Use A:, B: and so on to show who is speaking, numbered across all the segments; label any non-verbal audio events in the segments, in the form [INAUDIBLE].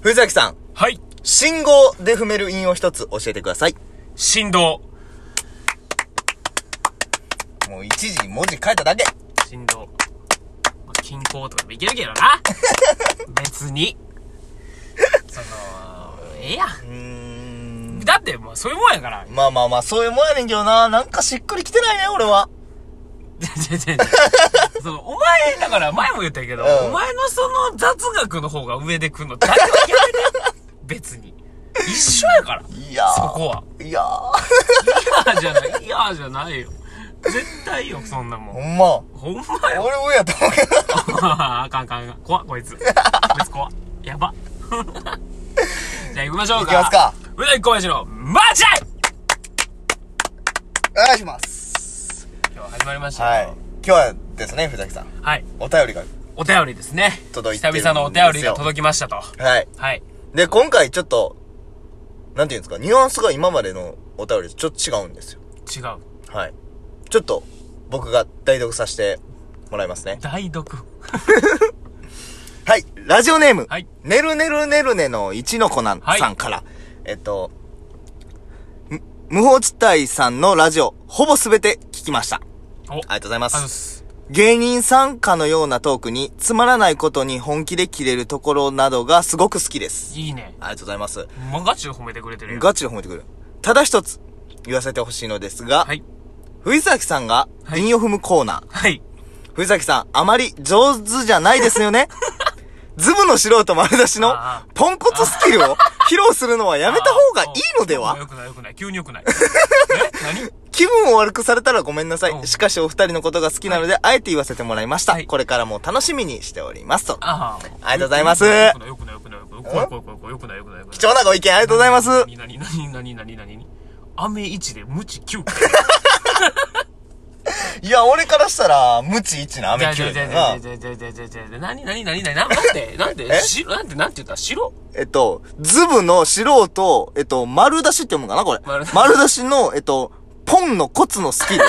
A: 藤崎さん、
B: はい。
A: 信号で踏める韻を一つ教えてください。
B: 振動。
A: もう一時文字書いただけ。
B: 振動。まあ、均衡とかでもいけるけど [LAUGHS] な。別に。その、ええや
A: うーん
B: ん。。だって、もうそういうもんやから。
A: まあまあまあ、そういうもんやねんけどな。なんかしっくりきてないね、俺は。
B: 違う違う違うその、お前、だから前も言ったけど、
A: うん
B: お前のその雑学の方が上で来んの、誰もやめて。別に。一緒やから。
A: いやー。
B: そこは。 [LAUGHS]
A: いやー。
B: いやじゃない、いやじゃないよ。絶対よ、そんなも
A: ほ
B: ん。
A: んま。
B: ほんまよ。
A: 俺もやと思うけど。
B: あかんあかんあかん。怖っこいつ。こいつ怖っやば。じゃあ行きましょう
A: い
B: か。
A: きますか。
B: うなぎ小林の、マーチャイ
A: お願いします。
B: 今日始まりましたよ
A: はい。今日はですね、藤崎さん。
B: はい。
A: お便りが。
B: お便りですね。
A: 届いてるんです
B: 久
A: よ
B: 々のお便りが届きましたと。
A: はい。
B: はい。
A: で、今回ちょっと、なんていうんですか、ニュアンスが今までのお便りとちょっと違うんですよ。
B: 違う。
A: はい。ちょっと、僕が代読させてもらいますね。
B: 代読。
A: はい。ラジオネーム。
B: はい
A: ねるねるねるねの一の子なん、
B: はい
A: さんから。えっと、む無法地帯さんのラジオ、ほぼすべて聞きました。
B: お、あ
A: あ
B: りがとう
A: りがとうございま。
B: ございますす。
A: 芸人参加のようなトークに、つまらないことに本気で切れるところなどがすごく好きです。
B: いいね。
A: ありがとうございます。
B: もうガチで褒めてくれてるよ。
A: ガチで褒めてくる。ただ一つ、言わせてほしいのですが、
B: はい。
A: 藤崎さんが、
B: はい
A: 韻を踏むコーナー、
B: はい。
A: 藤崎さん、あまり上手じゃないですよ
B: [LAUGHS]
A: ね。ズブの素人丸出しの
B: ああ
A: ポンコツスキルを披露するのはやめた方がいいので
B: あー
A: は
B: よくないよくない。急によくない。え何
A: 気分を悪くされたらごめんなさ
B: う
A: い。
B: ん
A: しかしお二人のことが好きなので、あえて言わせてもらいまし
B: は
A: た。
B: い
A: これからも楽しみにしております。と。
B: あー
A: ありがとうございます
B: よくないよくないよくないよくない。怖い怖い怖い怖い。よくないよくないよくない。
A: 貴重なご意見ありがとうございます。
B: なになになになになになに雨1で無知9。
A: いや、俺からしたら、無知一の
B: じゃ
A: 雨
B: あじ
A: 球
B: ゃあじゃ
A: や
B: あじゃ
A: な
B: あ。じゃあじゃあじゃあじゃあじゃあじゃあなになになになにななんでなんで
A: え
B: しなんてなんて言った白
A: えっと、ズブの素人、えっと、丸出しって読むかなこれ。
B: 丸出し
A: 丸出しの、えっと、ポンのコツのスキ [LAUGHS] ル。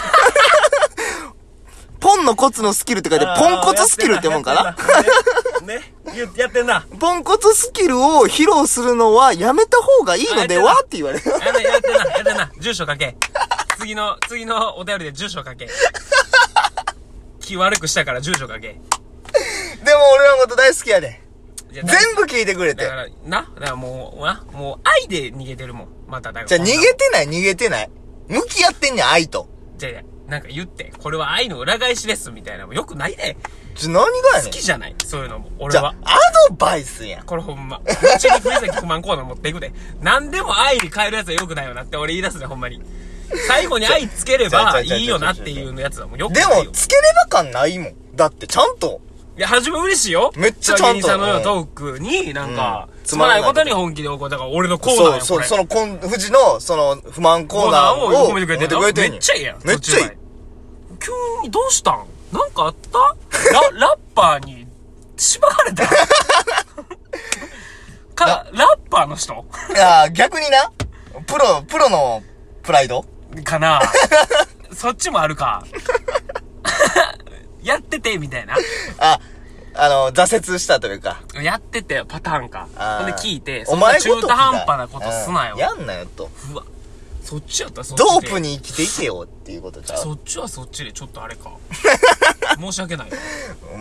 A: ポンのコツのスキルって書いて、ポンコツスキルって読むかな
B: なね、ねやってんな。
A: ポンコツスキルを披露するのはやめた方がいいので
B: あ
A: はって言われる。
B: やってんな、やってんな、やってんな。住所書け。次の、次のお便りで住所書け。気悪くしたから住所書け。
A: でも俺のこと大好きやで。
B: 全
A: 全部聞いてくれて
B: だか。ら、な、だからもう、な、もう愛で逃げてるもん。まただ
A: じ
B: か
A: ゃ
B: ら。
A: あ逃げてない逃げてない。向き合ってんねん、愛と。
B: じゃあじゃあなんか言って、これは愛の裏返しです、みたいな。もうよくないで。
A: じゃあ何がやね
B: 好
A: ん。
B: きじゃない。そういうのも。俺
A: じゃあ
B: は、。
A: アドバイスやん。
B: これほんま。うちに藤崎不満コーナー持っていくで。何でも愛に変えるやつはよくないよなって俺言い出すで、ほんまに。最後に愛つければいいよなっていうやつだもん。よく
A: で
B: ない
A: も、
B: よ。
A: つければ感ないもん。だって、ちゃんと。
B: いや、初め嬉しいよ。
A: めっちゃちゃんと
B: 芸人さんのようなトークに、なんか、
A: うん
B: つまらないことに本気で怒る。だから俺のコーナー
A: そう
B: よ、
A: そ
B: こ
A: う、
B: れ。
A: その、こん、富士の、その、不満コーナー
B: コーナーを
A: を、
B: 褒めてくれてんの
A: 褒めんねん
B: めっちゃいいやん。
A: めっちゃいい
B: 途中まで。急にどうしたんなんか
A: [LAUGHS]
B: あったラ、ラッパーに縛られたか、ラッパーの人
A: いや、逆にな、プロ、プロのプライド [LAUGHS]
B: かなそっちもあるか。 [LAUGHS] やってて、みたいな。
A: あ、あの、挫折したというか。
B: やってて、パターンか。
A: あー
B: ほんで聞いて、
A: お
B: そんな
A: 前
B: 中途半端なことすなよ
A: うん。やんなよと。
B: うわ。そっちやったらそっち
A: ド
B: で
A: ープに生きていけよっていうことじゃ
B: そ
A: ん。
B: っちはそっちで、ちょっとあ
A: [LAUGHS]
B: れか。申し訳ないよ。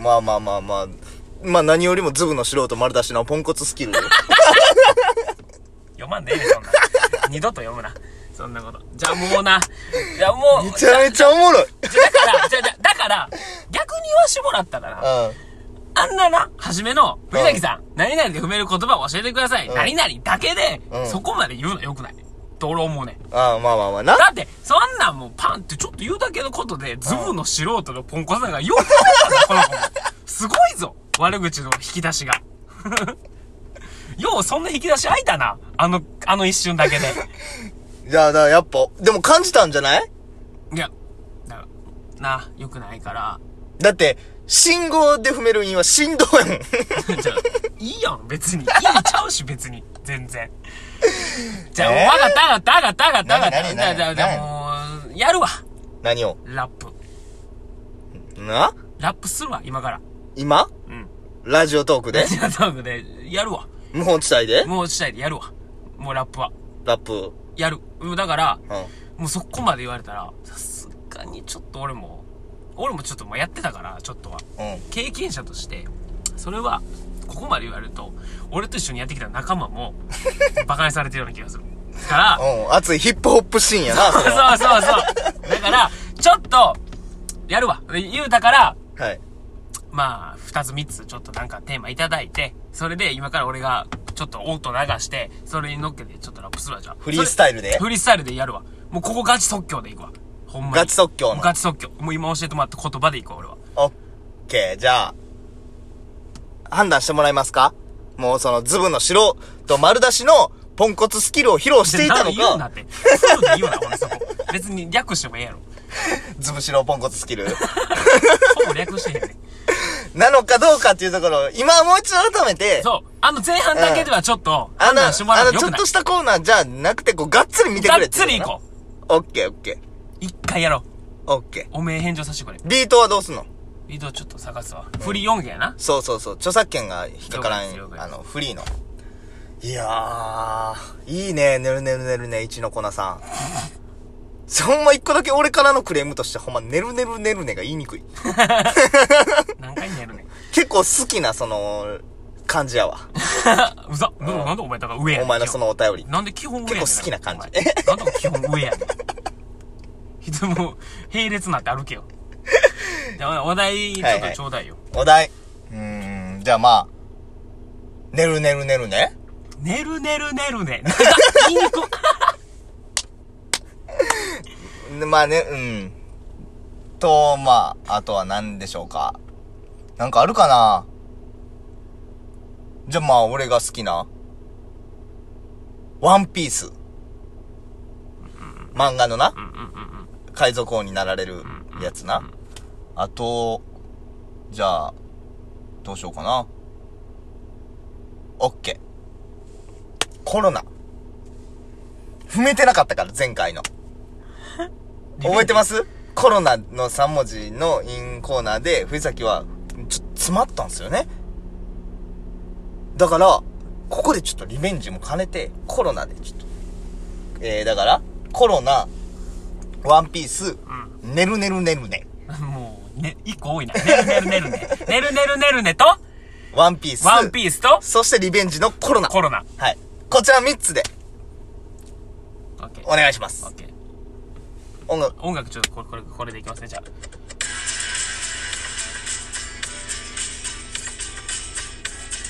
A: まあまあまあまあ。まあ何よりもズブの素人丸出しのポンコツスキルで。
B: 読まんでええねんそんな二度と読むなそんなことじゃあもうないやもう
A: めちゃめちゃおもろい。
B: だからじゃあじゃあだから逆に言わしてもらったらな
A: う
B: あんなな初めの藤崎さん、何々で踏める言葉を教えてください、
A: うん
B: 何々だけで、
A: うん
B: そこまで言うのよくないと俺思うねん
A: ん。ああ、まあまあまあな。
B: だって、そんなんもうパンってちょっと言うだけのことで、ズブの素人のポンコツなんかよく分かったぞ、この子も。すごいぞ悪口の引き出しが。 [LAUGHS] よう、そんな引き出し開いたな。あの、あの一瞬だけで。
A: じゃあ、だからやっぱ、でも感じたんじゃない
B: いや、だな、良くないから。
A: だって、信号で踏める韻は振動やもん。 [LAUGHS]
B: じゃあ、いいやん、別に。いいちゃうし、別に。全然。じゃあ、
A: えー
B: わかった、わかった、わかった、わかった、わかっ
A: 何何
B: た。じゃあ、じゃあ、
A: 何
B: じゃあもう、やるわ。
A: 何を
B: ラップ。
A: な
B: ラップするわ、今から。
A: 今
B: うん。
A: ラジオトークで
B: ラジオトークで、やるわ。
A: 無法地帯で
B: もう地帯でやるわ。もうラップは。
A: ラップ。
B: やる。もうだから、
A: うん。
B: もうそこまで言われたら、さすがにちょっと俺も、俺もちょっとまあやってたから、ちょっとは。
A: うん。
B: 経験者として、それは、ここまで言われると、俺と一緒にやってきた仲間
A: [LAUGHS]
B: も、馬鹿にされてるような気がする。だから、
A: うん。熱いヒップホップシーンや
B: [LAUGHS]
A: な、そ
B: そう
A: れは。
B: そうそう。だから、ちょっと、やるわ。言うたから、
A: はい。
B: まあ、二つ三つちょっとなんかテーマいただいて、それで今から俺がちょっと音流して、それに乗っけてちょっとラップするわ、じゃあ。
A: フリースタイルで
B: それフリースタイルでやるわ。もうここガチ即興でいくわ。ほんまに。
A: ガチ即興の
B: もうガチ即興。もう今教えてもらった言葉でいくわ、俺は。
A: オッケー、じゃあ、判断してもらえますかもうそのズブの素人丸出しのポンコツスキルを披露していたの
B: でな言うな
A: か
B: っ、て。そうで言うな、ほんでそこ。別に略してもええやろ。
A: ズブ素ポンコツスキル
B: ほぼ略してへんねん。
A: なのかどうかっていうところを、今もう一度改めて、
B: そう。あの前半だけではちょっと、
A: あ
B: 判
A: の、
B: 断してもら
A: あ
B: うの
A: の、
B: よ
A: ちょ
B: く
A: っ
B: ない
A: と。したコーナーじゃなくて、こう、がっつり見て
B: が
A: く
B: っ
A: れ
B: つり行こ
A: う。オッケー、オッケ
B: う。一回やろう。
A: ー、オッケ
B: おめえ返上させてくれ。
A: ー。ビートはどうすんの
B: ビートちょっと探すわ。フリー音源やな。
A: そうそうそう、著作権が引っかからん
B: 了解です了解、です
A: あの、フリーの。いやー、いいね、ねるねるねるね、一の粉さん。ほんま一個だけ俺からのクレームとして、ほんま、ねるねるねるねが言いにくい。
B: 何回もやるねん。
A: 結構好きな、その、感じやわ。
B: うざ、なんでなんでお前だから上やねん
A: お前のそのお便り。
B: なんで基本上やねん
A: 結構好きな感じ
B: お前なんで基本上やねん。いつも、並列なんて歩けよ。じゃあ、お題、ちょっとちょうだいよ。
A: お題。うーん、じゃあまあ、ねるねるねるね。
B: ねるねるねるね。なんか言いにくい
A: まあね、うん。と、まあ、あとは何でしょうか。なんかあるかなじゃあまあ、俺が好きな、ワンピース。漫画のな、
B: うんうんうん
A: 海賊王になられるやつな。あと、じゃあ、どうしようかな。オッケー。コロナ。踏めてなかったから、前回の。
B: うん。
A: 覚えてますすコロナの3文字のインコーナーで、藤崎は、ちょっと詰まったんですよね。だから、ここでちょっとリベンジも兼ねて、コロナでちょっと。えー、だから、コロナ、ワンピース、ねるねるねるね。
B: もう、ね、一個多いな。ねるねるねるね。ねるねるねるねと、
A: ワンピース、
B: ワンピースと、
A: そしてリベンジのコロナ。
B: コロナ。
A: はい。こちら3つで、
B: オッケー。
A: お願いしま
B: オッ
A: す。
B: ケー。
A: 音楽、
B: 音楽ちょっとこれ、これ、これでいきますね、じゃあ。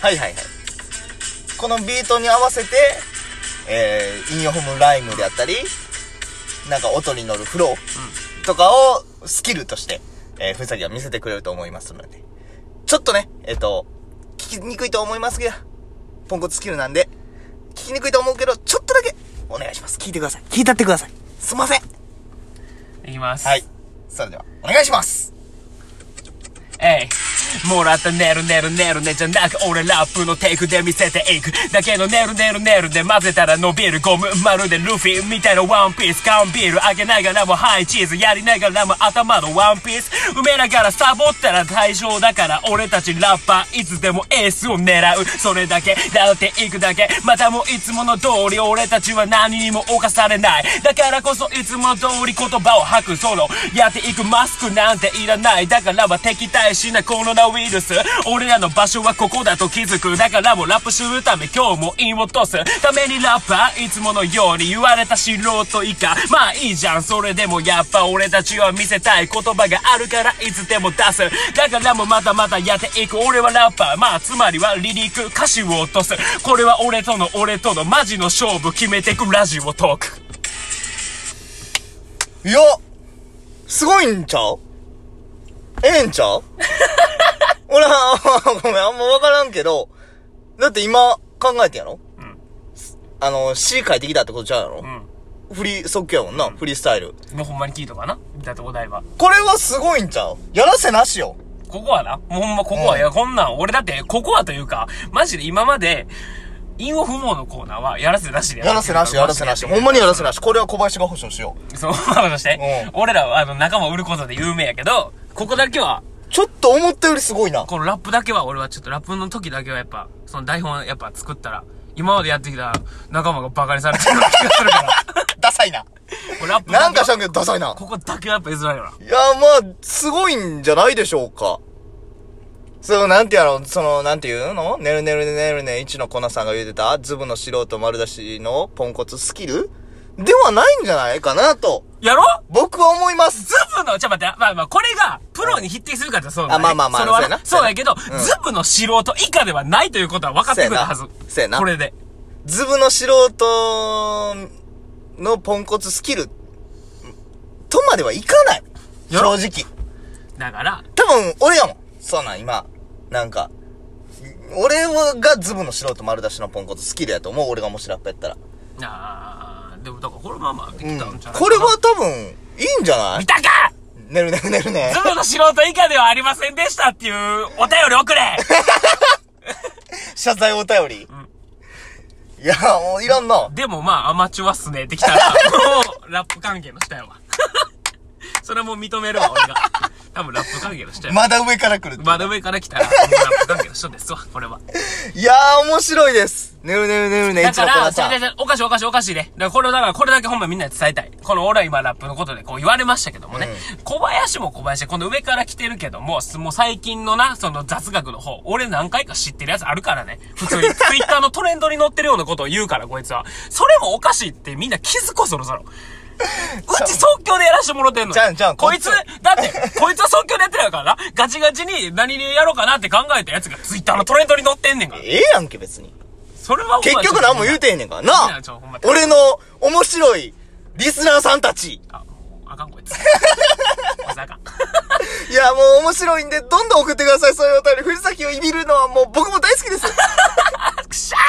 A: はいはいはい。このビートに合わせて、えー、韻を踏むライムであったり、なんか音に乗るフローとかをスキルとして、えー、ふさぎは見せてくれると思いますので。ちょっとね、えっ、と、聞きにくいと思いますが、ポンコツスキルなんで、聞きにくいと思うけど、ちょっとだけお願いします。聞いてください。聞いたってください。すいません。
B: いきます。
A: はい。。それでは、お願いします。
B: えい。もらったねるねるねるねじゃなく俺ラップのテイクで見せていくだけどねるねるねるで混ぜたら伸びるゴムまるでルフィみたいなワンピース缶ビールあげながらもハイチーズやりながらも頭のワンピース埋めながらサボったら対象だから俺たちラッパーいつでもエースを狙うそれだけだっていくだけまたもいつもの通り俺たちは何にも侵されないだからこそいつも通り言葉を吐くソロやっていくマスクなんていらないだからは敵対しないコロナウイルス俺らの場所はここだと気づくだからもうラップするため今日も韻を落とすためにラッパーいつものように言われた素人以下まあいいじゃんそれでもやっぱ俺たちは見せたい言葉があるからいつでも出すだからもうまだまだやっていく俺はラッパーまあつまりは離陸歌詞を落とすこれは俺との俺とのマジの勝負決めてくラジオトーク
A: いや、すごいんちゃうええんちゃう [LAUGHS] 俺は、 [LAUGHS] ごめん、あんまわからんけど、だって今考えてんやろ
B: ん
A: あの、詩書いてきたってことちゃうやろフリー、即興やもんな、フリースタイル。
B: もうほんまに聞いとかなだってお題は
A: これはすごいんちゃうやらせなしよ。
B: ここはな、もうほんまここは、
A: うん
B: いや、こんなん、俺だって、ここはというか、マジで今まで、インオフモーのコーナーは、やらせなしで
A: やらせなし、やらせなし。ほんまにやらせなし。これは小林が保証しよ
B: そう、まあまあそして
A: うん、
B: 俺らは、あの、仲間売ることで有名やけど、ここだけは、
A: ちょっと思ったよりすごいな。 [LAUGHS]
B: このラップだけは俺はちょっとラップの時だけはやっぱ、その台本やっぱ作ったら、今までやってきた仲間がバカにされてるような気がするから
A: [LAUGHS] ダサいな。
B: これラップだけ
A: なんかした
B: は
A: んけどダサいな。
B: ここだけはやっぱ譲られるない
A: や、まあ、すごいんじゃないでしょうか。その、なんてやろう、その、なんて言うのねるねるねるね一の粉さんが言うてた、ズブの素人丸出しのポンコツスキルではないんじゃないかなと、
B: やろ
A: 僕は思います。
B: ズブの、ちょ、待って、まあまあ、これが、プロに匹敵するかってそうだね。
A: あまあまあまあ
B: それは
A: そうやな
B: そうやけど、
A: うん
B: ズブの素人以下ではないということは分かってくるはず。
A: せやな。
B: これで。
A: ズブの素人のポンコツスキル、とまではいかない。
B: やろ
A: 正直。
B: だから、
A: 多分、俺やもん。そうなん、今。なんか、俺はがズブの素人丸出しのポンコツスキルやと思う。俺がもしラップやったら。
B: あー、でもだからこれまあまあで
A: う
B: き
A: ん。
B: たんじゃないかな、
A: これは多分、いいんじゃない
B: 見たか
A: ねるねるねるね
B: ズ。ブの素人以下ではありませんでしたっていうお便り送れ
A: [LAUGHS] 謝罪お便り。いや、もういらんな。
B: でもまあ、アマチュアっすねってきたら、
A: [LAUGHS]
B: もう、ラップ関係の下やわ。 [LAUGHS] それはもう認めるわ、俺が。多分ラップ関係の下やわ。
A: まだ上から来るって。
B: まだ上から来たら、もうラップ関係の人ですわ、これは。
A: いやー、面白いです。ねるねるねるね、
B: だ
A: 一
B: か
A: の
B: ら、
A: 粉
B: じ
A: さ
B: ゃじゃ
A: ん。
B: じゃおかしいおかしいおかしいね。だからこれをだからこれだけほんまみんなに伝えたい。この俺は今ラップのことでこう言われましたけどもね。小林も小林でこの上から来てるけども、すもう最近のな、その雑学の方、俺何回か知ってるやつあるからね。
A: [LAUGHS]
B: 普通にツイッターのトレンドに載ってるようなことを言うから、こいつは。それもおかしいってみんな気づこうそろそろ。うち即興でやらしてもろてんのよ。
A: じゃんじゃん
B: こいつ、
A: こっ
B: だって、こいつは即興でやってないからな。ガチガチに何でやろうかなって考えたやつがツイッターのトレンドに載ってんねんから。
A: ええやんけ、別に。
B: それはお前
A: 結局何も言うてへんねんから
B: い
A: な
B: やちょほんま。
A: 俺の面白いリスナーさんたち。
B: あ、もう、あかんこいつ。こいつあかん。
A: いや、もう面白いんで、どんどん送ってください、そういうお便り。藤崎をいびるのはもう僕も大好きです。
B: くしゃー